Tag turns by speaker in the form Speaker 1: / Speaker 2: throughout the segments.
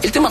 Speaker 1: sistema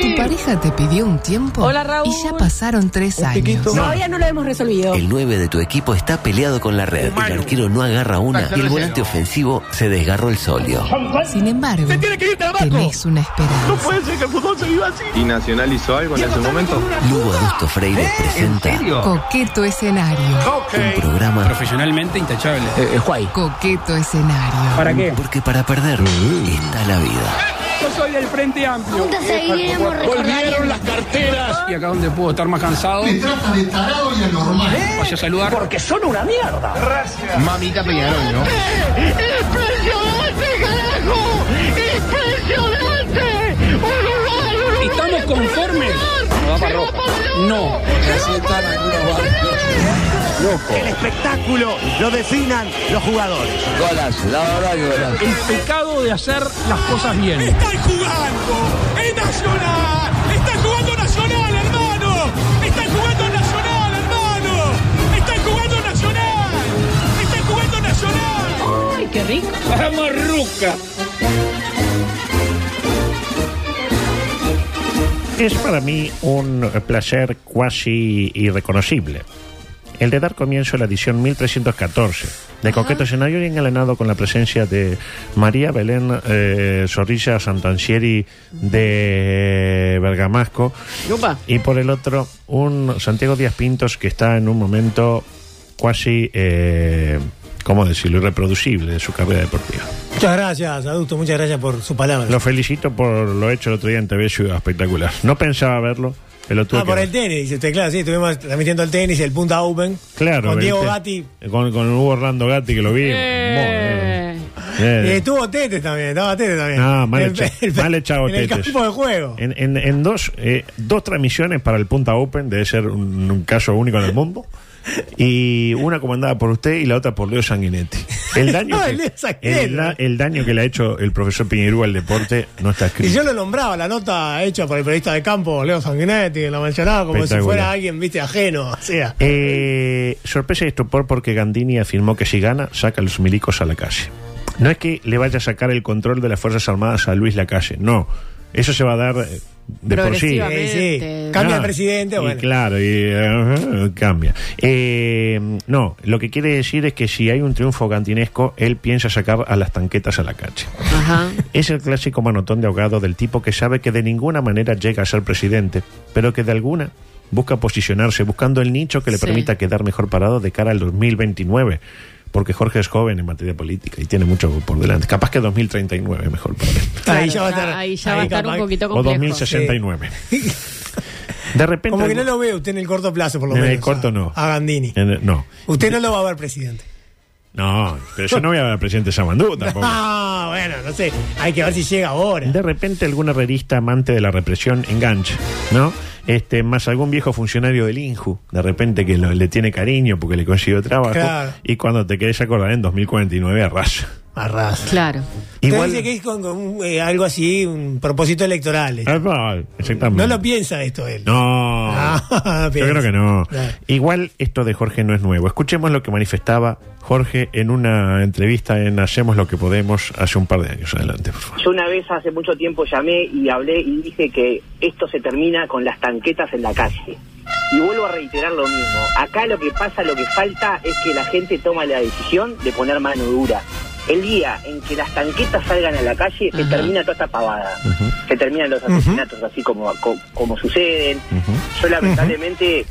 Speaker 2: ¿Tu pareja te pidió un tiempo?
Speaker 3: Hola, Raúl.
Speaker 2: Y ya pasaron tres años.
Speaker 3: Todavía no lo hemos resolvido.
Speaker 4: El 9 de tu equipo está peleado con la red, el arquero no agarra una y el volante ofensivo se desgarró el solio.
Speaker 2: Sin embargo, tenés una esperanza.
Speaker 5: ¿Y nacionalizó algo en ese momento?
Speaker 4: Lugo Augusto Freire presenta
Speaker 2: Coqueto escenario.
Speaker 4: un programa
Speaker 6: Profesionalmente intachable.
Speaker 2: Coqueto escenario.
Speaker 6: ¿Para qué?
Speaker 4: porque para perder está la vida.
Speaker 6: Yo soy del Frente Amplio.
Speaker 7: Juntos seguiremos recorriendo.
Speaker 6: Y acá donde puedo estar más cansado, ¿Eh?
Speaker 8: trata de tarado y anormal.
Speaker 6: vaya a saludar. Porque
Speaker 8: Mamita Peñarol, ¿no?
Speaker 7: ¡Impresionante, carajo! ¡Impresionante! ¡Uruguay,
Speaker 6: ¿Estamos conformes? No da para ropa. No.
Speaker 9: El espectáculo lo definan los jugadores.
Speaker 6: El pecado de hacer las cosas bien.
Speaker 9: Están jugando en Nacional. Están jugando Nacional, hermano. Están jugando Nacional, hermano. Están jugando Nacional. Están jugando Nacional.
Speaker 3: Ay, qué rico.
Speaker 6: ¡Vamos, Ruca!
Speaker 10: Es para mí un placer cuasi irreconocible el de dar comienzo a la edición 1314 de Coqueto Escenario y engalanado con la presencia de María Belén eh, Zorrilla Santancieri de Bergamasco
Speaker 3: Lupa.
Speaker 10: y por el otro un Santiago Díaz Pintos que está en un momento cuasi, eh, ¿cómo decirlo?, irreproducible de su carrera deportiva.
Speaker 9: Muchas gracias, adulto. Muchas gracias por su palabra. Ah,
Speaker 10: Lo felicito por lo hecho el otro día en TV Ciudad, espectacular. No pensaba verlo, pero lo tuve
Speaker 9: Ah,
Speaker 10: que
Speaker 9: por
Speaker 10: ver.
Speaker 9: el tenis, dice usted, claro, sí, estuvimos transmitiendo el tenis, el Punta Open.
Speaker 10: Claro.
Speaker 9: Con Diego
Speaker 10: viste.
Speaker 9: Gatti.
Speaker 10: Con, con Hugo Orlando Gatti, que lo vi.
Speaker 3: Eh.
Speaker 10: Bueno, eh.
Speaker 9: Y estuvo Tete también, estaba Tete también.
Speaker 10: Ah, mal
Speaker 9: El-
Speaker 10: hecha-
Speaker 9: el-
Speaker 10: mal echado,
Speaker 9: En el
Speaker 10: Tetes.
Speaker 9: campo de juego.
Speaker 10: En, en- en dos, eh, dos transmisiones para el Punta Open, debe ser un, un caso único en el mundo. Y una comandada por usted y la otra por Leo Sanguinetti. El daño,
Speaker 9: No,
Speaker 10: que,
Speaker 9: Leo Sanguinetti.
Speaker 10: el da- el daño que le ha hecho el profesor Piñerú al deporte no está
Speaker 9: Y
Speaker 10: escrito.
Speaker 9: yo lo nombraba, la nota hecha por el periodista de campo, Leo Sanguinetti, lo mencionaba como si
Speaker 10: Espectacular.
Speaker 9: fuera alguien, viste, ajeno. O sea,
Speaker 10: Eh, sorpresa y estupor porque Gandini afirmó que si gana, saca a los milicos a la calle. No es que le vaya a sacar el control de las Fuerzas Armadas a Luis Lacalle, no. Eso se va a dar eh, de por sí.
Speaker 3: Progresivamente.
Speaker 9: Eh, sí. Cambia
Speaker 10: Ah,
Speaker 9: de presidente,
Speaker 10: y
Speaker 9: bueno.
Speaker 10: Claro, y, eh, cambia. Eh, no, lo que quiere decir es que si hay un triunfo gandinesco, él piensa sacar a las tanquetas a la calle.
Speaker 3: Ajá.
Speaker 10: Es el clásico manotón de ahogado del tipo que sabe que de ninguna manera llega a ser presidente, pero que de alguna busca posicionarse, buscando el nicho que le
Speaker 3: Sí.
Speaker 10: permita quedar mejor parado de cara al 2029. Porque Jorge es joven en materia política y tiene mucho por delante. Capaz que 2039 mejor para él.
Speaker 9: ahí ya va a estar.
Speaker 3: Ahí ya va a estar un
Speaker 9: capaz-
Speaker 3: poquito
Speaker 10: O
Speaker 3: complejo.
Speaker 10: 2069. De repente.
Speaker 9: Como que no lo ve usted en el corto plazo, por lo
Speaker 10: En el
Speaker 9: menos.
Speaker 10: corto
Speaker 9: a-
Speaker 10: no.
Speaker 9: A Gandini.
Speaker 10: En- no.
Speaker 9: Usted no lo va a ver presidente.
Speaker 10: No, pero yo no voy a ver al presidente Samandú tampoco.
Speaker 9: Ah, bueno, no sé. Hay que ver si llega ahora.
Speaker 10: De repente algún herrerista amante de la represión engancha, ¿no? Este, más algún viejo funcionario del INJU, de repente que lo- le tiene cariño porque le consiguió trabajo.
Speaker 9: Claro.
Speaker 10: Y cuando te querés acordar en 2049 arrasa.
Speaker 9: Arrasa.
Speaker 3: Claro.
Speaker 9: Usted
Speaker 10: Igual-
Speaker 9: dice que es con, con un, eh, algo así, un propósito electoral. eh.
Speaker 10: Ah, no, exactamente.
Speaker 9: No lo piensa esto él.
Speaker 10: No.
Speaker 9: Ah,
Speaker 10: Yo
Speaker 9: piensa.
Speaker 10: creo que no.
Speaker 9: Claro.
Speaker 10: Igual esto de Jorge no es nuevo. Escuchemos lo que manifestaba Jorge en una entrevista en Hacemos lo que podemos hace un par de años. Adelante, por favor.
Speaker 11: Yo una vez hace mucho tiempo llamé y hablé y dije que esto se termina con las tanquetas en la calle. Y vuelvo a reiterar lo mismo. Acá lo que pasa, lo que falta es que la gente toma la decisión de poner mano dura. El día en que las tanquetas salgan a la calle, se
Speaker 3: Ajá.
Speaker 11: termina toda esta pavada. Se terminan los asesinatos así como, co- como, suceden. Yo lamentablemente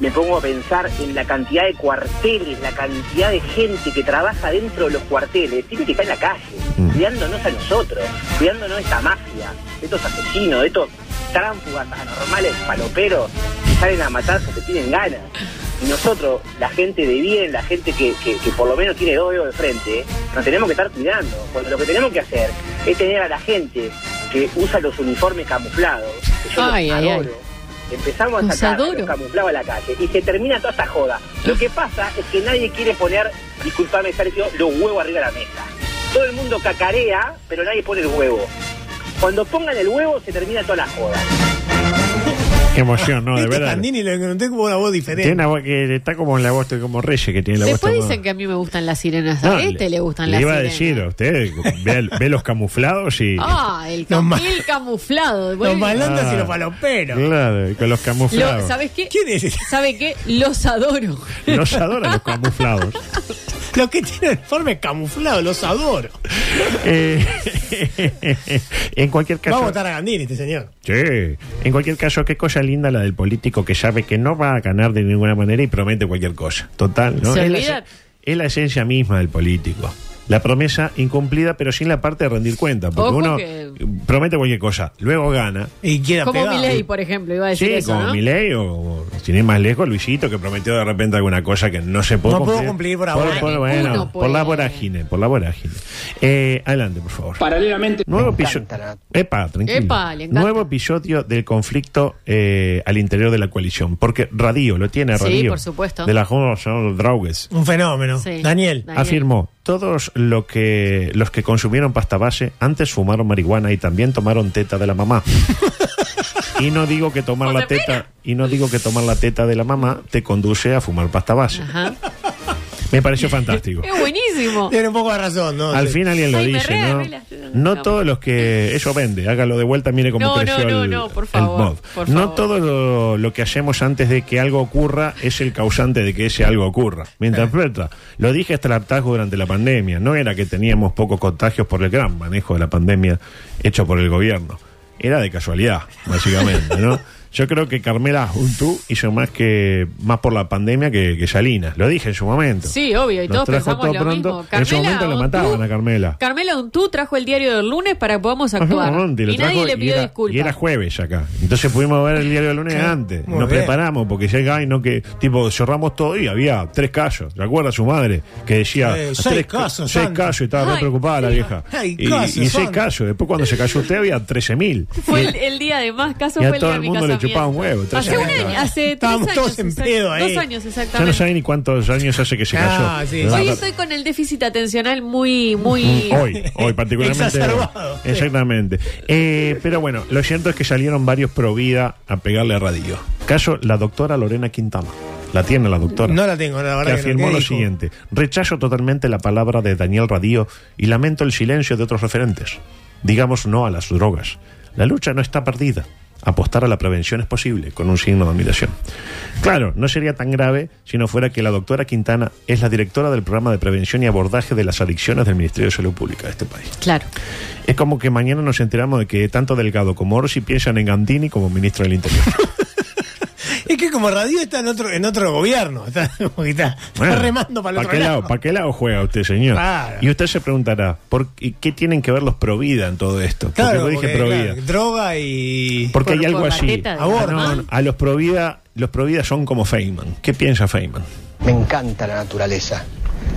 Speaker 11: me pongo a pensar en la cantidad de cuarteles, la cantidad de gente que trabaja dentro de los cuarteles. Tiene que estar en la calle, cuidándonos a nosotros, cuidándonos de esta mafia, de estos asesinos, de estos tránfugas anormales, paloperos, que salen a matarse, que tienen ganas. Y nosotros, la gente de bien, la gente que, que- que por lo menos tiene dos dedos de frente, nos tenemos que estar cuidando. Cuando lo que tenemos que hacer es tener a la gente que usa los uniformes camuflados, que yo los
Speaker 3: Ay, ay, ay.
Speaker 11: adoro, Empezamos a
Speaker 3: Los
Speaker 11: sacar
Speaker 3: adoro.
Speaker 11: los camuflados a la calle y se termina toda esta joda. Lo que pasa es que nadie quiere poner, disculpame Sergio, los huevos arriba de la mesa. Todo el mundo cacarea, pero nadie pone el huevo. Cuando pongan el huevo se termina toda la joda.
Speaker 10: Qué emoción, ¿no? De verdad.
Speaker 9: Nandini lo encontré como una voz diferente.
Speaker 10: Tiene una voz que está como en la voz, como Reyes, que tiene la voz.
Speaker 3: Después
Speaker 10: tomada.
Speaker 3: dicen que a mí me gustan las sirenas.
Speaker 10: No,
Speaker 3: a este le, gustan
Speaker 10: le
Speaker 3: las
Speaker 10: iba a
Speaker 3: sirenas.
Speaker 10: decir a usted, ve, ve los camuflados y...
Speaker 3: Ah, el,
Speaker 10: Los
Speaker 3: cam-
Speaker 10: ma-
Speaker 3: el camuflado. Bueno,
Speaker 10: malandros y los
Speaker 9: paloperos.
Speaker 10: Ah. Claro, con los camuflados.
Speaker 3: lo- ¿Sabes qué? ¿Sabe qué? Los adoro.
Speaker 10: Los adoran los camuflados.
Speaker 9: Los que tienen informe camuflado, los adoro.
Speaker 10: Eh, en cualquier
Speaker 9: Va a
Speaker 10: caso...
Speaker 9: votar a Gandini este señor.
Speaker 10: Sí. En cualquier caso, qué cosa linda la del político que sabe que no va a ganar de ninguna manera y promete cualquier cosa. Total, ¿no?
Speaker 3: Se
Speaker 10: Es la
Speaker 3: olvida-
Speaker 10: ese- es la esencia misma del político. La promesa incumplida, pero sin la parte de rendir cuenta. Porque
Speaker 3: Ojo
Speaker 10: uno
Speaker 3: que-
Speaker 10: promete cualquier cosa, luego gana.
Speaker 9: Y quiere
Speaker 3: Como Milei, por ejemplo, iba a decir
Speaker 10: Sí,
Speaker 3: eso,
Speaker 10: como
Speaker 3: ¿no?
Speaker 10: Milei o, o, si no es más lejos, Luisito, que prometió de repente alguna cosa que no se
Speaker 9: No
Speaker 10: pudo
Speaker 9: pudo
Speaker 10: cumplir.
Speaker 9: cumplir por ahora.
Speaker 3: Ah,
Speaker 10: Por,
Speaker 9: Ninguno
Speaker 10: bueno,
Speaker 9: puede.
Speaker 10: por la vorágine, por la vorágine. Eh, adelante, por favor.
Speaker 1: Paralelamente.
Speaker 10: Nuevo episodio. Epa, tranquilo.
Speaker 3: Epa, le encanta.
Speaker 10: Nuevo episodio del conflicto eh, al interior de la coalición. Porque Radio, lo tiene
Speaker 3: Sí,
Speaker 10: Radio.
Speaker 3: por supuesto.
Speaker 10: De la Johnson Draugues.
Speaker 9: Un fenómeno.
Speaker 3: Sí.
Speaker 9: Daniel.
Speaker 10: Afirmó, todos lo que, los que consumieron pasta base antes fumaron marihuana y también tomaron teta de la mamá. y no digo que tomar la teta y no digo que tomar la teta de la mamá te conduce a fumar pasta base.
Speaker 3: Ajá.
Speaker 10: Me pareció fantástico.
Speaker 3: Es buenísimo.
Speaker 9: Tiene un poco de razón, ¿no?
Speaker 10: Al fin alguien lo
Speaker 3: Ay, me
Speaker 10: dice,
Speaker 3: re
Speaker 10: ¿no?
Speaker 3: arregla.
Speaker 10: No todos los que eso vende, hágalo de vuelta, mire cómo
Speaker 3: No,
Speaker 10: creció
Speaker 3: no, no,
Speaker 10: el,
Speaker 3: no, por
Speaker 10: el
Speaker 3: favor,
Speaker 10: mod.
Speaker 3: por
Speaker 10: no
Speaker 3: favor.
Speaker 10: todo lo, lo que hacemos antes de que algo ocurra es el causante de que ese algo ocurra. ¿Me interpreta? Lo dije hasta el hartazgo durante la pandemia. No era que teníamos pocos contagios por el gran manejo de la pandemia hecho por el gobierno. Era de casualidad, básicamente, ¿no? Yo creo que Carmela Juntú hizo más que más por la pandemia que, que Salinas. Lo dije en su momento.
Speaker 3: Sí, obvio, y
Speaker 10: Nos
Speaker 3: todos
Speaker 10: trajo
Speaker 3: pensamos
Speaker 10: todo
Speaker 3: lo
Speaker 10: pronto.
Speaker 3: mismo.
Speaker 10: en su
Speaker 3: Carmela
Speaker 10: momento la
Speaker 3: Ontú.
Speaker 10: mataban a Carmela.
Speaker 3: Carmela Untú trajo el diario del lunes para que podamos actuar.
Speaker 10: Ajá, Monti, lo
Speaker 3: y nadie
Speaker 10: trajo
Speaker 3: le
Speaker 10: y
Speaker 3: pidió
Speaker 10: era,
Speaker 3: disculpas.
Speaker 10: y era jueves acá. Entonces pudimos ver el diario del lunes antes.
Speaker 9: Muy
Speaker 10: Nos
Speaker 9: bien.
Speaker 10: preparamos porque llegaba y no que. Tipo, cerramos todo y había tres casos. ¿Se acuerda su madre? Que decía.
Speaker 9: Eh, seis
Speaker 10: tres
Speaker 9: casos,
Speaker 10: Seis
Speaker 9: Sandra.
Speaker 10: casos y estaba re
Speaker 3: Ay,
Speaker 10: preocupada la vieja.
Speaker 9: Ay,
Speaker 10: y,
Speaker 9: casos,
Speaker 10: y seis
Speaker 9: Sandra.
Speaker 10: casos. Después cuando se cayó usted había 13.000.
Speaker 3: Fue el, el día de más casos.
Speaker 10: Y a
Speaker 3: fue el
Speaker 10: todo
Speaker 3: día de
Speaker 10: el
Speaker 3: mi
Speaker 10: mundo le
Speaker 3: casamiento.
Speaker 10: chupaba un huevo,
Speaker 3: Hace un
Speaker 10: entonces-
Speaker 3: año, hace tres
Speaker 9: Estábamos
Speaker 3: años.
Speaker 9: todos en
Speaker 3: exact-
Speaker 9: pedo ahí.
Speaker 3: Dos años
Speaker 10: Ya no
Speaker 3: exactamente.
Speaker 10: sabe ni cuántos años hace que se cayó.
Speaker 9: Ah, sí,
Speaker 10: ¿verdad?
Speaker 3: Hoy estoy con el déficit atencional muy, muy.
Speaker 10: Mm, Hoy, hoy particularmente.
Speaker 9: Exacerbado, sí.
Speaker 10: Exactamente. Eh, pero bueno, lo cierto es que salieron varios pro vida a pegarle a Radillo. Caso, la doctora Lorena Quintana. La tiene la doctora.
Speaker 9: No la tengo, la
Speaker 10: que
Speaker 9: verdad.
Speaker 10: afirmó lo siguiente. Rechazo totalmente la palabra de Daniel Radío y lamento el silencio de otros referentes. Digamos no a las drogas. La lucha no está perdida. Apostar a la prevención es posible, con un signo de admiración. Claro, no sería tan grave si no fuera que la doctora Quintana es la directora del programa de prevención y abordaje de las adicciones del Ministerio de Salud Pública de este país.
Speaker 3: Claro.
Speaker 10: Es como que mañana nos enteramos de que tanto Delgado como Orsi piensan en Gandini como ministro del Interior.
Speaker 9: Es que como Radio está en otro, en otro gobierno. Está, como que está- está
Speaker 10: Bueno,
Speaker 9: remando para el otro
Speaker 10: qué
Speaker 9: lado.
Speaker 10: ¿Para qué lado juega usted, señor?
Speaker 9: Claro.
Speaker 10: Y usted se preguntará, ¿por qué, qué tienen que ver los Provida en todo esto? Porque
Speaker 9: Claro,
Speaker 10: yo dije
Speaker 9: porque,
Speaker 10: Provida.
Speaker 9: claro, droga y.
Speaker 10: Porque
Speaker 3: Por-
Speaker 10: hay algo
Speaker 3: por la
Speaker 10: así.
Speaker 3: teta de la
Speaker 10: Ah, no,
Speaker 3: mamá.
Speaker 10: no, a los Provida, los Provida son como Feynman. ¿Qué piensa Feynman?
Speaker 12: Me encanta la naturaleza.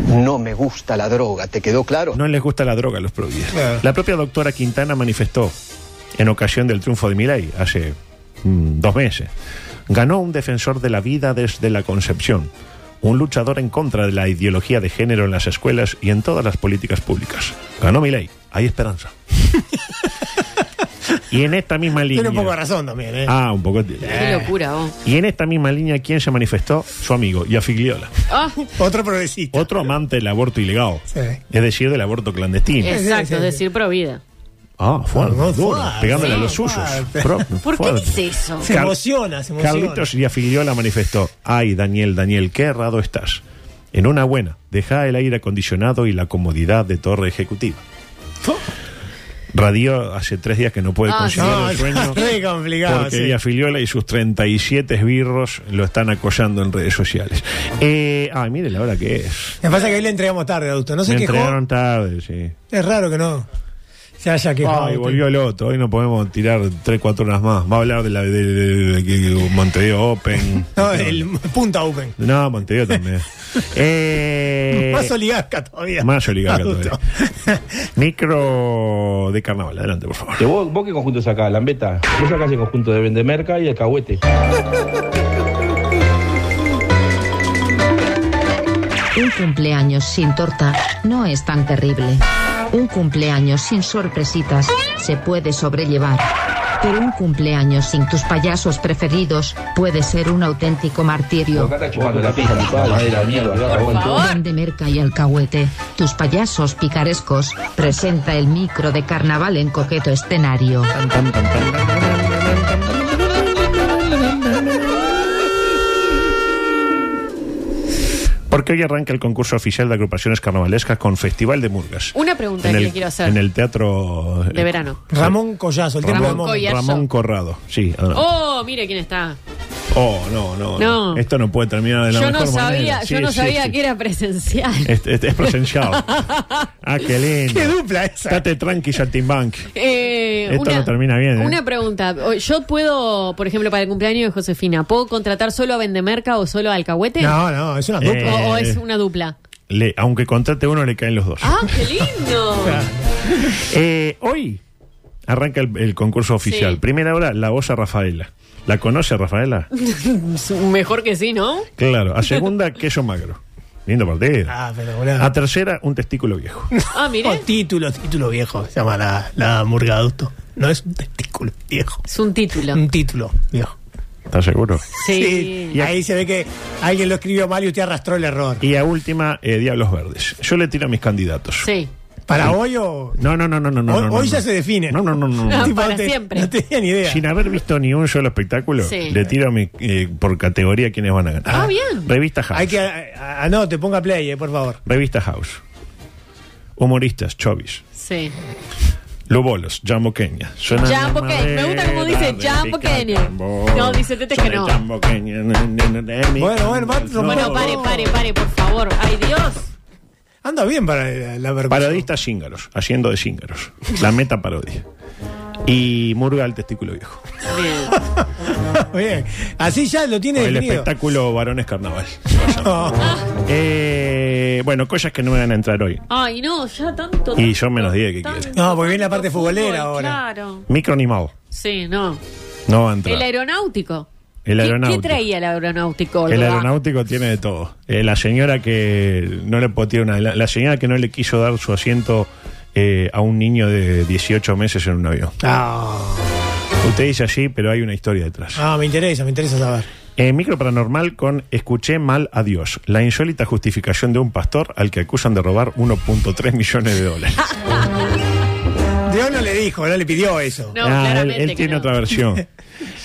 Speaker 12: No me gusta la droga, ¿te quedó claro?
Speaker 10: No les gusta la droga a los Provida.
Speaker 9: Claro.
Speaker 10: La propia doctora Quintana manifestó en ocasión del triunfo de Milei hace mm, dos meses. Ganó un defensor de la vida desde la concepción. Un luchador en contra de la ideología de género en las escuelas y en todas las políticas públicas. Ganó Milei. Hay esperanza. y en esta misma línea.
Speaker 9: Tiene un poco de razón también, ¿eh?
Speaker 10: Ah, un poco.
Speaker 3: Qué locura, vos.
Speaker 10: Y en esta misma línea, ¿quién se manifestó? Su amigo, Yafigliola.
Speaker 3: Ah,
Speaker 9: Otro progresista.
Speaker 10: Otro amante del aborto ilegal.
Speaker 9: Sí.
Speaker 10: Es decir, del aborto clandestino.
Speaker 3: exacto, es decir, pro vida.
Speaker 10: Ah, fuerte,
Speaker 9: No, no,
Speaker 10: duro,
Speaker 9: fuerte,
Speaker 10: pegándole a los
Speaker 9: sí,
Speaker 10: suyos.
Speaker 9: fuerte.
Speaker 10: Pro-
Speaker 3: ¿Por qué
Speaker 10: fuerte.
Speaker 3: dice eso?
Speaker 9: Se
Speaker 10: Car-
Speaker 9: emociona, se emociona.
Speaker 10: Carlitos y la manifestó. Ay, Daniel, Daniel, qué errado estás. En una buena, deja el aire acondicionado y la comodidad de torre ejecutiva. Radio hace tres días que no puede
Speaker 3: Ah,
Speaker 10: conseguir
Speaker 9: No,
Speaker 10: el sueño.
Speaker 9: es re complicado.
Speaker 10: Porque
Speaker 9: sí.
Speaker 10: Diafiliola y sus 37 esbirros lo están acollando en redes sociales. Eh, ay, mire la hora que es.
Speaker 9: Me pasa que hoy le entregamos tarde, adulto. No se
Speaker 10: Me
Speaker 9: quejó.
Speaker 10: entregaron tarde, sí.
Speaker 9: Es raro que no se haya quejado.
Speaker 10: Ay,
Speaker 9: Augusto.
Speaker 10: Ah, volvió el otro. Hoy no podemos tirar 3, 4 horas más. Va a hablar de la de, de- de- de Montevideo Open.
Speaker 9: No, el punta open.
Speaker 10: No, Montevideo también. Eh,
Speaker 9: Más oligarca todavía.
Speaker 10: Más oligarca
Speaker 9: Adulto.
Speaker 10: todavía. Micro de carnaval. Adelante, por favor.
Speaker 13: Que vos, vos qué conjunto sacás, Lambeta. Vos sacás el conjunto de Vendemerca y el Cahuete.
Speaker 2: Un cumpleaños sin torta no es tan terrible. Un cumpleaños sin sorpresitas se puede sobrellevar. Pero un cumpleaños sin tus payasos preferidos puede ser un auténtico martirio. Don de Merca y Alcahuete, tus payasos picarescos, presenta el micro de carnaval en coqueto escenario.
Speaker 10: Porque hoy arranca el concurso oficial de agrupaciones carnavalescas con Festival de Murgas.
Speaker 3: Una pregunta
Speaker 10: En
Speaker 3: que
Speaker 10: el-
Speaker 3: le quiero hacer.
Speaker 10: En el teatro. eh,
Speaker 3: De verano.
Speaker 9: Ramón Collazo, el
Speaker 10: Ramón,
Speaker 9: tiempo de Ramón.
Speaker 3: Collazo.
Speaker 10: Ramón Corrado, sí. ah, no.
Speaker 3: Oh, mire quién está.
Speaker 10: Oh, no, no, no.
Speaker 3: No.
Speaker 10: Esto no puede terminar de la
Speaker 3: Yo
Speaker 10: mejor
Speaker 3: no sabía,
Speaker 10: manera.
Speaker 3: yo
Speaker 10: Sí,
Speaker 3: no
Speaker 10: sí,
Speaker 3: sabía
Speaker 10: sí.
Speaker 3: que era presencial.
Speaker 10: Es, es- es presencial. ah, qué lindo.
Speaker 3: Qué
Speaker 9: dupla esa.
Speaker 10: Date tranqui, Saltimbank.
Speaker 3: Eh,
Speaker 10: Esto
Speaker 3: una,
Speaker 10: no termina bien, ¿eh?
Speaker 3: una pregunta. O- Yo puedo, por ejemplo, para el cumpleaños de Josefina, ¿puedo contratar solo a Vendemerca o solo a Alcahuete?
Speaker 10: No, no, es una dupla.
Speaker 3: O, o
Speaker 10: Eh.
Speaker 3: es una dupla.
Speaker 10: Le- aunque contrate uno, le caen los dos.
Speaker 3: ¡Ah, qué lindo!
Speaker 10: Eh, hoy arranca el, el concurso oficial.
Speaker 3: Sí.
Speaker 10: Primera hora, la voz a Rafaela. ¿La conoce Rafaela?
Speaker 3: Mejor que sí, ¿no?
Speaker 10: Claro. A segunda, queso magro. Lindo partido.
Speaker 9: Ah, pero
Speaker 10: A tercera, un testículo viejo.
Speaker 3: Ah, mire.
Speaker 9: título, título viejo. Se llama la, la murga adulto. No es un testículo viejo.
Speaker 3: Es un título.
Speaker 9: Un título viejo.
Speaker 10: ¿Estás seguro?
Speaker 9: Sí. Y ahí se ve que alguien lo escribió mal y usted arrastró el error.
Speaker 10: Y a última, eh, Diablos Verdes. Yo le tiro a mis candidatos.
Speaker 3: Sí.
Speaker 9: ¿Para hoy o...?
Speaker 10: No, no, no, no, no. no,
Speaker 9: hoy
Speaker 10: no,
Speaker 9: hoy
Speaker 10: no.
Speaker 9: ya se define. No,
Speaker 10: no, no. no.
Speaker 9: Tipo,
Speaker 3: para
Speaker 9: no te-
Speaker 3: siempre.
Speaker 9: No tenía ni idea.
Speaker 10: Sin haber visto ni un solo espectáculo,
Speaker 9: Sí.
Speaker 10: le tiro a mi, eh, por categoría quiénes van a ganar.
Speaker 9: Ah, bien.
Speaker 10: Revista House.
Speaker 9: Hay que... a- a- Anote, ponga play, eh, por favor.
Speaker 10: Revista House. Humoristas, chovis.
Speaker 3: Sí.
Speaker 10: Lubolos, Jambo Kenia. Suena
Speaker 3: Jambo Kenia. Me gusta cómo dice Jambo Kenia. No, dice Tete que no.
Speaker 10: Bueno,
Speaker 9: bueno,
Speaker 3: Bueno, pare, pare, pare, por favor. ¡Ay, Dios!
Speaker 9: Anda bien para la, la vergüenza.
Speaker 10: Parodistas cíngaros, haciendo de cíngaros. La meta parodia. Y Murga al testículo viejo.
Speaker 9: bien. Así ya lo tiene
Speaker 10: el
Speaker 9: definido.
Speaker 10: espectáculo Varones Carnaval. Eh, bueno, cosas que no me van a entrar hoy.
Speaker 3: Ay, no, ya tanto.
Speaker 10: Y yo menos 10 que quiero.
Speaker 9: No, porque viene la parte futbolera
Speaker 3: Ay,
Speaker 9: ahora.
Speaker 3: Claro.
Speaker 10: Microanimado.
Speaker 3: Sí, no.
Speaker 10: No va a
Speaker 3: El
Speaker 10: entrar.
Speaker 3: aeronáutico.
Speaker 10: El
Speaker 3: ¿Qué-
Speaker 10: aeronáutico.
Speaker 3: ¿Qué, traía el aeronáutico?
Speaker 10: El
Speaker 3: Olga?
Speaker 10: aeronáutico tiene de todo. Eh, la señora que no le po- tiene una- la, la señora que no le quiso dar su asiento eh, a un niño de 18 meses en un avión. Ah. Usted dice así, pero hay una historia detrás.
Speaker 9: Ah, me interesa, me interesa saber.
Speaker 10: Eh, micro paranormal con Escuché mal a Dios. La insólita justificación de un pastor al que acusan de robar 1.3 millones de dólares.
Speaker 9: Dios no le dijo, no le pidió eso.
Speaker 10: Ah, él, él tiene otra versión.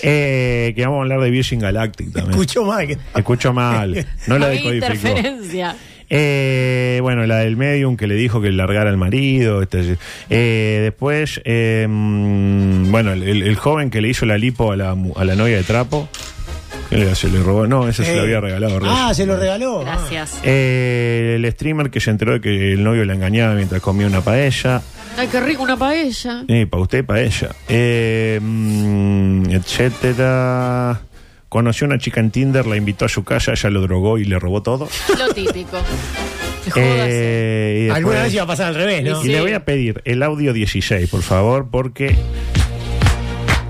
Speaker 10: Eh, que vamos a hablar de Virgin Galactic también.
Speaker 9: Escuchó mal. que-
Speaker 10: Escucho mal. No la
Speaker 3: Había
Speaker 10: decodificó.
Speaker 3: interferencia.
Speaker 10: Eh, bueno, la del medium que le dijo que largara al marido. este, eh, después, eh, mm, bueno, el, el- el joven que le hizo la lipo a la, mu- a la novia de trapo. que le- se le robó. No, ese Este se lo
Speaker 9: Eh.
Speaker 10: había regalado.
Speaker 9: Ah,
Speaker 10: Rosa.
Speaker 9: se lo regaló.
Speaker 3: Gracias.
Speaker 10: Eh, el streamer que se enteró de que el novio la engañaba mientras comía una paella.
Speaker 3: Ay, qué rico, una paella.
Speaker 10: Eh, para usted, para ella. Eh, mm, etcétera. Conoció a una chica en Tinder, la invitó a su casa, ella lo drogó y le robó todo.
Speaker 3: Lo típico.
Speaker 10: Eh, y después-
Speaker 9: Alguna vez iba a pasar al revés, ¿no?
Speaker 10: Y le voy a pedir el audio 16, por favor, porque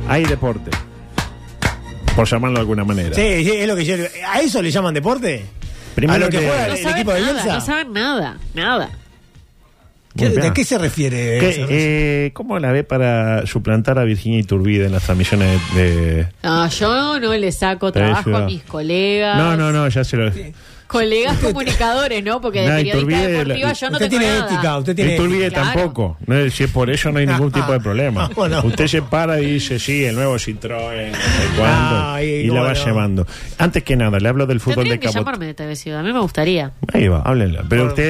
Speaker 10: hay deporte. Por llamarlo de alguna manera.
Speaker 9: Sí, sí, es lo que yo. ¿A eso le llaman deporte?
Speaker 10: Primero
Speaker 9: ¿A lo que
Speaker 10: le-
Speaker 9: juega
Speaker 10: No
Speaker 9: el
Speaker 3: saben
Speaker 9: equipo de
Speaker 3: nada,
Speaker 9: Bielsa?
Speaker 3: No saben nada, nada.
Speaker 9: ¿Qué-
Speaker 10: Muy bien.
Speaker 9: ¿De qué se refiere?
Speaker 10: ¿Qué,
Speaker 9: eso?
Speaker 10: eh, ¿Cómo la ve para suplantar a Virginia Iturbide en las transmisiones de...
Speaker 3: No, yo no le saco
Speaker 10: Pero
Speaker 3: trabajo a
Speaker 10: yo-
Speaker 3: mis colegas.
Speaker 10: No, no, no, ya se lo...
Speaker 3: Colegas comunicadores, ¿no? Porque de
Speaker 10: Nah,
Speaker 3: periodista
Speaker 10: Iturbide-
Speaker 3: deportiva yo no
Speaker 9: usted
Speaker 3: tengo
Speaker 9: tiene
Speaker 3: nada.
Speaker 9: ética, usted tiene
Speaker 10: Iturbide
Speaker 9: ética.
Speaker 10: tampoco. No, si es por eso no hay ningún tipo de problema.
Speaker 9: Ah, Bueno.
Speaker 10: Usted se para y dice, sí, el nuevo Citroën, no sé cuándo,
Speaker 9: Ay,
Speaker 10: y la va
Speaker 9: bueno.
Speaker 10: llevando. Antes que nada, le hablo del fútbol de
Speaker 3: Tendrían que
Speaker 10: Capo.
Speaker 3: llamarme de TV Ciudad, a mí me gustaría.
Speaker 10: Ahí va, háblenla. Pero usted es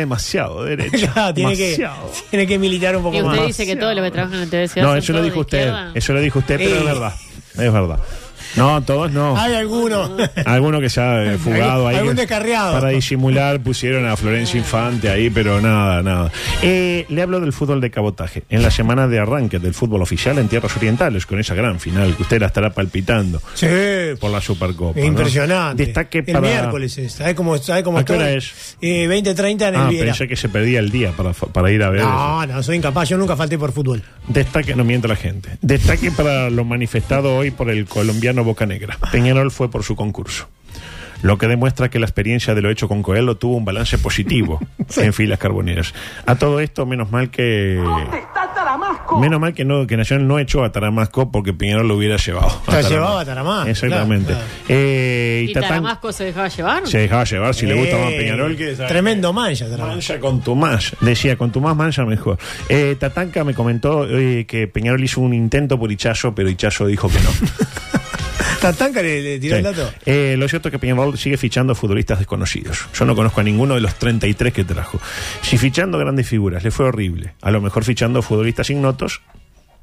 Speaker 10: demasiado derecho.
Speaker 9: Claro, tiene, que, tiene que militar un poco
Speaker 3: Y usted
Speaker 9: más.
Speaker 3: dice que todos los que trabajan en TV Ciudad
Speaker 10: No,
Speaker 3: son
Speaker 10: eso lo
Speaker 3: todos
Speaker 10: dijo
Speaker 3: de
Speaker 10: usted.
Speaker 3: izquierda.
Speaker 10: Eso lo dijo usted, pero
Speaker 9: Sí.
Speaker 10: es verdad. Es verdad. No, todos no.
Speaker 9: Hay algunos.
Speaker 10: Alguno que se ha eh, fugado
Speaker 9: Algún-
Speaker 10: ahí.
Speaker 9: algún
Speaker 10: que-
Speaker 9: descarriado.
Speaker 10: Para disimular pusieron a Florencia Infante ahí, pero nada, nada. Eh, le hablo del fútbol de cabotaje. En la semana de arranque del fútbol oficial en Tierras Orientales, con esa gran final que usted la estará palpitando
Speaker 9: Sí.
Speaker 10: por la Supercopa. ¿no?
Speaker 9: Impresionante.
Speaker 10: Destaque
Speaker 9: el
Speaker 10: para-
Speaker 9: miércoles es. ¿Sabe cómo, sabe cómo
Speaker 10: ¿A qué
Speaker 9: estoy?
Speaker 10: hora es?
Speaker 9: Eh, 20, 30 en el
Speaker 10: Ah,
Speaker 9: Viera.
Speaker 10: pensé que se perdía el día para, para ir a ver. eso.
Speaker 9: No, no, soy incapaz. Yo nunca falté por fútbol.
Speaker 10: Destaque, no miente la gente. Destaque para lo manifestado hoy por el colombiano Boca Negra. Peñarol fue por su concurso. lo que demuestra que la experiencia de lo hecho con Coelho tuvo un balance positivo en filas carboneras. A todo esto, menos mal que... Menos mal que, no, que Nacional no echó a Taramasco porque Piñero lo hubiera llevado.
Speaker 9: Lo llevaba a Taramasco,
Speaker 10: Exactamente.
Speaker 9: claro,
Speaker 10: Eh,
Speaker 3: ¿Y
Speaker 10: Tatán-
Speaker 3: Taramasco se dejaba llevar?
Speaker 10: se dejaba llevar si le gusta
Speaker 9: Eh.
Speaker 10: más Peñarol que eh.
Speaker 9: Tremendo mancha, Taramasco.
Speaker 10: mancha con tu más decía con tu más mancha mejor eh, Tatanka me comentó eh, que Peñarol hizo un intento por Hichazo pero Hichazo dijo que no
Speaker 9: Tatanca le, le tiró el
Speaker 10: Sí.
Speaker 9: dato.
Speaker 10: Eh, lo cierto es que Peñarol sigue fichando futbolistas desconocidos. Yo no conozco a ninguno de los 33 que trajo. Si fichando grandes figuras le fue horrible, a lo mejor fichando futbolistas ignotos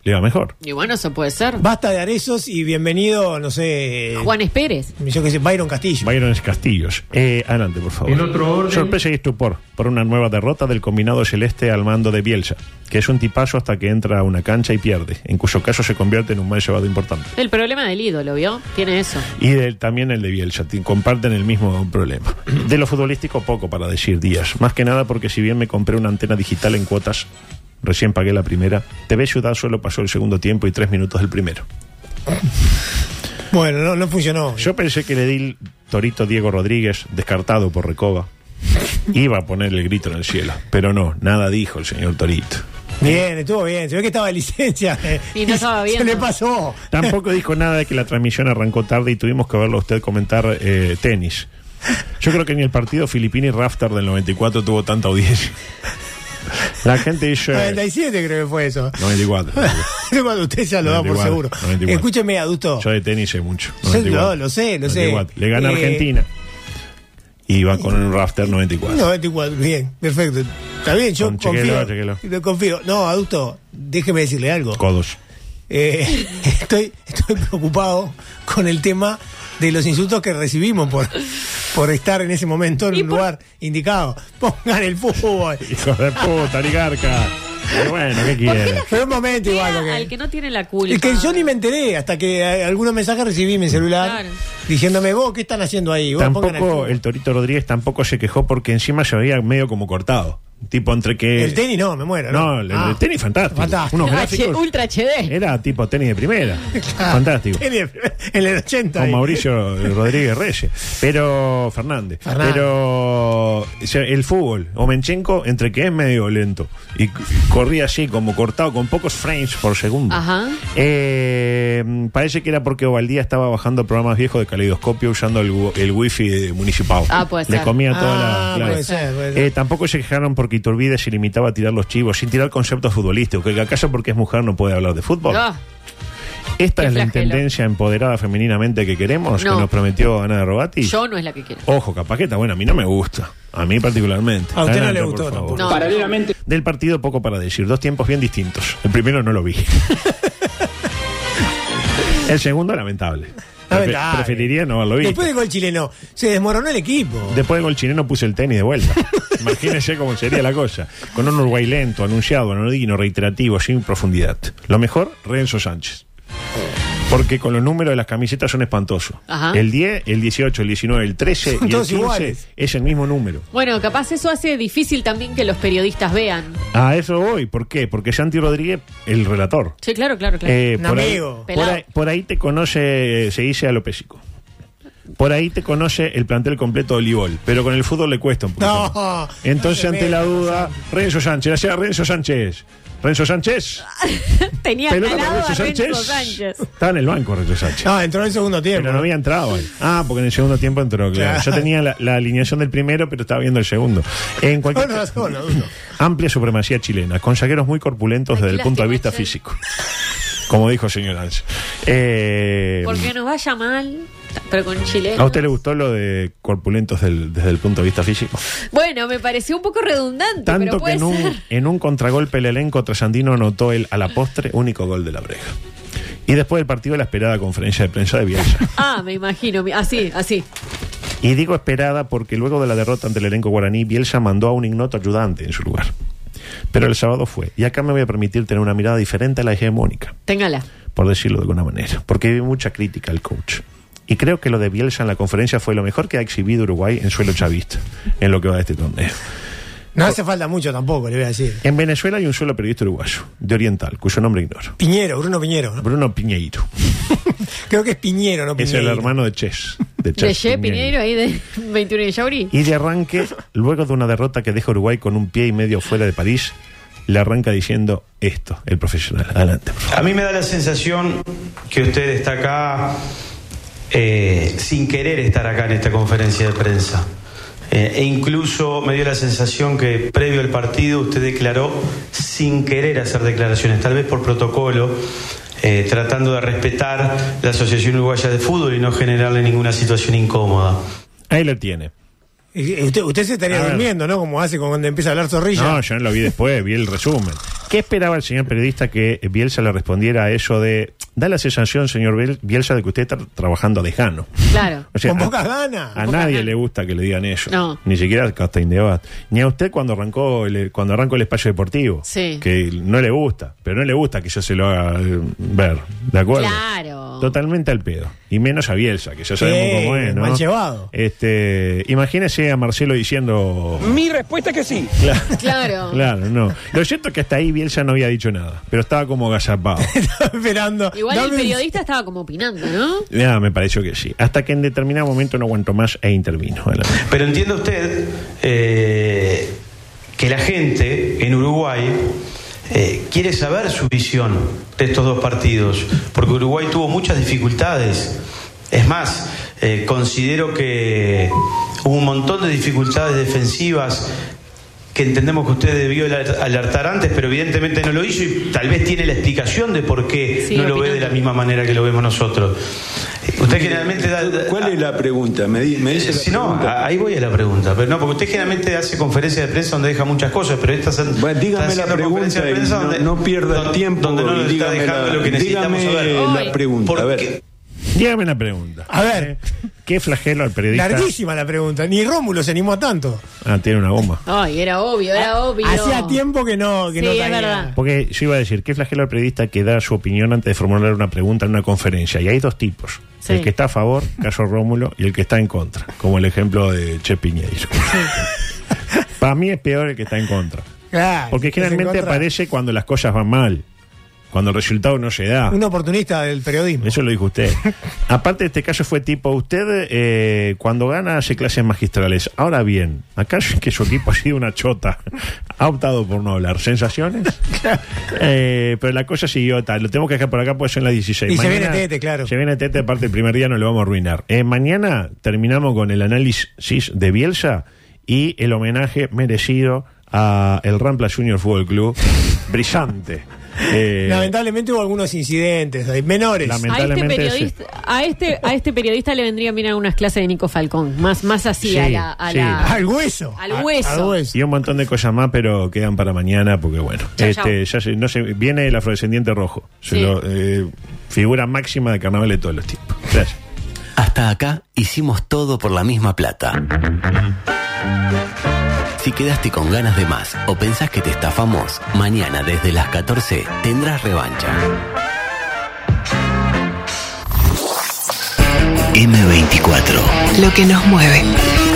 Speaker 10: le va mejor.
Speaker 3: Y bueno, eso puede ser.
Speaker 9: Basta de Arezos y bienvenido, no sé.
Speaker 3: Juanes Pérez.
Speaker 9: Yo qué sé, Byron Castillo.
Speaker 10: Byron Castillos. Eh, adelante, por favor.
Speaker 9: En otro orden-
Speaker 10: Sorpresa y estupor por una nueva derrota del combinado celeste al mando de Bielsa, que es un tipazo hasta que entra a una cancha y pierde, en cuyo caso se convierte en un mal llevado importante.
Speaker 3: El problema del ídolo, ¿vio? Tiene eso.
Speaker 10: Y del- también el de Bielsa, ti- comparten el mismo problema. De lo futbolístico, poco para decir días. Más que nada porque si bien me compré una antena digital en cuotas, recién pagué la primera, TV Ciudad solo pasó el segundo tiempo y tres minutos del primero.
Speaker 9: Bueno, no, no funcionó.
Speaker 10: Yo pensé que el edil Torito Diego Rodríguez, descartado por Recoba, iba a poner el grito en el cielo. Pero no, nada dijo el señor Torito.
Speaker 9: Bien, estuvo bien. Se ve que estaba de licencia. eh,
Speaker 3: Y no estaba
Speaker 9: se-
Speaker 3: viendo.
Speaker 9: Se le pasó.
Speaker 10: Tampoco dijo nada de que la transmisión arrancó tarde y tuvimos que verlo a usted comentar eh, tenis. Yo creo que ni el partido Filipini Rafter del 94 tuvo tanta audiencia. La gente dice
Speaker 9: 97 creo que fue eso.
Speaker 10: 94.
Speaker 9: Cuando usted ya lo da por
Speaker 10: 94,
Speaker 9: seguro.
Speaker 10: 94.
Speaker 9: Escúcheme, adusto.
Speaker 10: Yo de tenis sé mucho.
Speaker 9: Yo lo- lo sé, lo sé.
Speaker 10: 94. Le gana
Speaker 9: Eh,
Speaker 10: Argentina. Y va con un Rafter 94.
Speaker 9: 94, bien, perfecto. Está bien, yo
Speaker 10: Con-
Speaker 9: confío.
Speaker 10: chequelo, chequelo.
Speaker 9: Lo confío. No, adusto, déjeme decirle algo.
Speaker 10: Codos.
Speaker 9: Eh, estoy, estoy preocupado con el tema de los insultos que recibimos por, por estar en ese momento en un lugar indicado. Pongan el fútbol.
Speaker 10: Hijo de puta, oligarca. Pero bueno, ¿qué quiere?
Speaker 9: Pero un momento igual.
Speaker 3: Mira,
Speaker 9: porque-
Speaker 3: Al que no tiene la culpa.
Speaker 9: Es que yo ni me enteré hasta que eh, algunos mensajes recibí en mi celular
Speaker 3: Claro.
Speaker 9: diciéndome, vos, ¿qué están haciendo ahí? Vos pongan el
Speaker 10: Tampoco
Speaker 9: fútbol.
Speaker 10: el Torito Rodríguez tampoco se quejó porque encima se veía medio como cortado. Tipo entre que.
Speaker 9: El tenis no, me muero.
Speaker 10: No, el, el
Speaker 9: Ah,
Speaker 10: tenis fantástico.
Speaker 9: Fantástico.
Speaker 10: Unos
Speaker 9: Ah,
Speaker 10: gráficos. Eh,
Speaker 3: Ultra HD.
Speaker 10: Era tipo tenis de primera. Fantástico.
Speaker 9: tenis en el 80.
Speaker 10: Con
Speaker 9: ahí.
Speaker 10: Mauricio Rodríguez Reyes. Pero Fernández.
Speaker 9: Fernández.
Speaker 10: Pero o sea, el fútbol, Omenchenko, entre que es medio lento y c- corría así, como cortado, con pocos frames por segundo.
Speaker 3: Ajá.
Speaker 10: Eh, parece que era porque Ovaldía estaba bajando programas wiejos de caleidoscopio usando el, wi- el wifi municipal.
Speaker 3: Ah, puede
Speaker 10: Le
Speaker 3: ser.
Speaker 10: comía toda
Speaker 9: Ah,
Speaker 10: la. claro.
Speaker 9: puede ser, puede ser.
Speaker 10: Eh, tampoco se quejaron porque Iturbide se limitaba a tirar los chivos, sin tirar conceptos futbolísticos. Que acaso porque es mujer no puede hablar de fútbol.
Speaker 3: Ah,
Speaker 10: Esta
Speaker 3: Qué
Speaker 10: es
Speaker 3: flagelo.
Speaker 10: la intendencia empoderada femeninamente que queremos,
Speaker 3: No.
Speaker 10: que nos prometió Ana de Robati.
Speaker 3: yo no es la que quiero.
Speaker 10: Ojo, capaz que está bueno, a mí no me gusta. A mí particularmente.
Speaker 9: A usted no
Speaker 10: Adelante,
Speaker 9: le
Speaker 10: por
Speaker 9: gustó
Speaker 10: favor.
Speaker 9: tampoco.
Speaker 3: No.
Speaker 1: Paralelamente.
Speaker 10: Del partido poco para decir, dos tiempos bien distintos. El primero no lo vi. El segundo lamentable. Prefe-
Speaker 9: Lamentable.
Speaker 10: preferiría no haberlo visto.
Speaker 9: Después del gol chileno, se desmoronó el equipo.
Speaker 10: Después del gol chileno puse el tenis de vuelta. Imagínense cómo sería la cosa. Con un Uruguay lento, anunciado, anodino, reiterativo, sin profundidad. Lo mejor, Renzo Sánchez. Porque con los números de las camisetas son espantosos.
Speaker 3: Ajá.
Speaker 10: El 10, el 18, el 19, el 13 y el
Speaker 9: Todos
Speaker 10: 15
Speaker 9: iguales.
Speaker 10: es el mismo número.
Speaker 3: Bueno, capaz eso hace difícil también que los periodistas vean.
Speaker 10: A eso voy. ¿Por qué? Porque Santi Rodríguez, el relator.
Speaker 3: Sí, claro, claro, claro.
Speaker 10: eh,
Speaker 9: Un
Speaker 10: por, ahí,
Speaker 9: amigo.
Speaker 10: por, ahí, por ahí te conoce, se dice a Lopesico. Por ahí te conoce el plantel completo de Olivol. Pero con el fútbol le cuesta un poquito. más.
Speaker 9: No.
Speaker 10: Entonces,
Speaker 9: no se
Speaker 10: ante
Speaker 9: meta.
Speaker 10: la duda, Renzo Sánchez, hacía Renzo Sánchez. Renzo Sánchez.
Speaker 3: Tenía
Speaker 10: Pelota
Speaker 3: al
Speaker 10: para
Speaker 3: lado a
Speaker 10: Renzo
Speaker 3: Renzo
Speaker 10: Sánchez.
Speaker 3: Sánchez.
Speaker 10: Estaba en el banco Renzo Sánchez.
Speaker 9: No, Ah, entró en el segundo tiempo.
Speaker 10: Pero no había entrado él. Ah, porque en el segundo tiempo entró, claro.
Speaker 9: Claro.
Speaker 10: Yo tenía la, la alineación del primero, pero estaba viendo el segundo. En cualquier
Speaker 9: Con razón, Augusto.
Speaker 10: amplia supremacía chilena, con saqueros muy corpulentos
Speaker 3: Ay, qué
Speaker 10: desde el punto de
Speaker 3: lástima,
Speaker 10: vista
Speaker 3: che.
Speaker 10: físico. Como dijo el señor Anz. Eh,
Speaker 3: Porque nos vaya mal, pero con chileno.
Speaker 10: ¿A usted le gustó lo de corpulentos del- desde el punto de vista físico?
Speaker 3: Bueno, me pareció un poco redundante, pero
Speaker 10: Tanto que
Speaker 3: puede
Speaker 10: en un,
Speaker 3: ser.
Speaker 10: en un contragolpe el elenco trasandino anotó el, a la postre, único gol de la breja. Y después del partido, la esperada conferencia de prensa de Bielsa.
Speaker 3: Ah, me imagino. mi- Así, así.
Speaker 10: Y digo esperada porque luego de la derrota ante el elenco guaraní, Bielsa mandó a un ignoto ayudante en su lugar. Pero el sábado fue. Y acá me voy a permitir tener una mirada diferente a la hegemónica,
Speaker 3: Téngala.
Speaker 10: por decirlo de alguna manera. Porque vi mucha crítica al coach. Y creo que lo de Bielsa en la conferencia fue lo mejor que ha exhibido Uruguay en suelo chavista, en lo que va de este torneo.
Speaker 9: No hace falta mucho tampoco, le voy a decir.
Speaker 10: En Venezuela hay un solo periodista uruguayo, de Oriental, cuyo nombre ignoro.
Speaker 9: Piñero, Bruno Piñero. ¿no?
Speaker 10: Bruno Piñeiro.
Speaker 9: Creo que es Piñero, no
Speaker 10: Es
Speaker 9: Piñero.
Speaker 10: el hermano de Ches, de
Speaker 3: De
Speaker 10: Charles
Speaker 3: Che
Speaker 10: Piñeiro.
Speaker 3: Piñeiro ahí de 21 de Yauri.
Speaker 10: Y de arranque, luego de una derrota que deja a Uruguay con un pie y medio fuera de París, le arranca diciendo esto, el profesional. Adelante.
Speaker 5: A mí me da la sensación que usted está acá eh, sin querer estar acá en esta conferencia de prensa. Eh, e incluso me dio la sensación que previo al partido usted declaró sin querer hacer declaraciones, tal vez por protocolo, eh, tratando de respetar la Asociación Uruguaya de Fútbol y no generarle ninguna situación incómoda.
Speaker 10: Ahí lo tiene.
Speaker 9: Y- y Eh, Usted, usted se estaría
Speaker 10: A ver.
Speaker 9: durmiendo, ¿no? Como hace cuando empieza a hablar zorrilla.
Speaker 10: No, yo no lo vi después, vi el resumen. ¿Qué esperaba el señor periodista que Bielsa le respondiera a eso de... Da la sensación, señor Biel- Bielsa, de que usted está trabajando lejano.
Speaker 3: Claro.
Speaker 10: O sea,
Speaker 9: Con
Speaker 10: a-
Speaker 9: pocas ganas.
Speaker 10: A nadie le gusta que le digan eso.
Speaker 3: No.
Speaker 10: Ni siquiera a Castaín de Abad. Ni a usted cuando arrancó el, cuando arrancó el espacio deportivo.
Speaker 3: Sí.
Speaker 10: Que no le gusta. Pero no le gusta que yo se lo haga eh, ver. ¿De acuerdo?
Speaker 3: Claro.
Speaker 10: Totalmente al pedo. Y menos a Bielsa, que ya sabemos
Speaker 9: Sí,
Speaker 10: cómo es, ¿no?
Speaker 9: mal llevado.
Speaker 10: Este, imagínese a Marcelo diciendo.
Speaker 6: Mi respuesta es que sí.
Speaker 10: Claro.
Speaker 3: Claro.
Speaker 10: Claro, no. Lo cierto es que hasta ahí Bielsa no había dicho nada, pero estaba como gazapado.
Speaker 9: esperando.
Speaker 3: Igual
Speaker 9: Dame
Speaker 3: el
Speaker 9: un-
Speaker 3: periodista estaba como opinando, ¿no?
Speaker 10: Ya, me pareció que sí. Hasta que en determinado momento no aguantó más e intervino. Adelante.
Speaker 5: Pero entiende usted eh, que la gente en Uruguay eh, quiere saber su visión de estos dos partidos, porque Uruguay tuvo muchas dificultades. Es más, eh, considero que hubo un montón de dificultades defensivas que entendemos que usted debió aler- alertar antes, pero evidentemente no lo hizo y tal vez tiene la explicación de por qué
Speaker 3: Sí,
Speaker 5: no lo ve de la misma manera que lo vemos nosotros. Eh, Usted generalmente da... ¿Cuál es la pregunta? Me, dice si no, a- ahí voy a la pregunta. Pero no, porque usted generalmente hace conferencias de prensa donde deja muchas cosas, pero esta bueno,
Speaker 14: Dígame la pregunta y no, no pierda el tiempo.
Speaker 5: donde no nos está
Speaker 14: dígame
Speaker 5: dejando
Speaker 14: la,
Speaker 5: lo que necesitamos
Speaker 14: dígame
Speaker 5: saber.
Speaker 14: Eh, la pregunta. A ver.
Speaker 10: Dígame una pregunta.
Speaker 9: A ver,
Speaker 10: ¿Qué flagelo al periodista?
Speaker 9: larguísima la pregunta. Ni Rómulo se animó a tanto.
Speaker 10: Ah, tiene una bomba.
Speaker 3: Ay, era obvio,
Speaker 10: Ah,
Speaker 3: era Ah, obvio.
Speaker 9: Hacía tiempo que no, que
Speaker 3: Sí,
Speaker 9: no
Speaker 3: es
Speaker 9: caía.
Speaker 3: verdad.
Speaker 10: Porque yo iba a decir, ¿qué flagelo al periodista que da su opinión antes de formular una pregunta en una conferencia? Y hay dos tipos.
Speaker 3: Sí.
Speaker 10: El que está a favor, caso Rómulo, y el que está en contra, como el ejemplo de Che Piñeiro. Para mí es peor el que está en contra.
Speaker 9: Claro,
Speaker 10: Porque
Speaker 9: que se
Speaker 10: generalmente
Speaker 9: encuentra
Speaker 10: aparece cuando las cosas van mal, cuando el resultado no se da.
Speaker 9: Un oportunista del periodismo.
Speaker 10: Eso lo dijo usted. Aparte de este caso fue tipo, usted eh, cuando gana hace clases magistrales. Ahora bien, acá es que su equipo ha sido una chota. Ha optado por no hablar. ¿Sensaciones? Eh, pero la cosa siguió tal. Lo tengo que dejar por acá porque son las 16.
Speaker 9: Y se viene Tete, claro.
Speaker 10: Se viene Tete, aparte el primer día no lo vamos a arruinar. Eh, mañana terminamos con el análisis de Bielsa y el homenaje merecido a el Rampla Junior Fútbol Club. Brillante. Eh,
Speaker 9: Lamentablemente hubo algunos incidentes, hay menores.
Speaker 3: A este,
Speaker 10: lamentablemente ese-
Speaker 3: periodista, a, este, a este periodista le vendrían bien algunas clases de Nico Falcón. Más, más así,
Speaker 10: Sí,
Speaker 3: a la, a
Speaker 10: sí.
Speaker 3: la-
Speaker 9: Al hueso.
Speaker 3: Ah. al hueso.
Speaker 10: Y un montón de cosas más, pero quedan para mañana porque, bueno,
Speaker 3: Chao,
Speaker 10: este, ya se- no se, viene el afrodescendiente rojo. Se
Speaker 3: Sí.
Speaker 10: lo, eh, figura máxima de carnaval de todos los tipos. Gracias.
Speaker 4: Hasta acá hicimos todo por la misma plata. Si quedaste con ganas de más o pensás que te estafamos, mañana desde las 14 tendrás revancha. M24.
Speaker 15: Lo que nos mueve.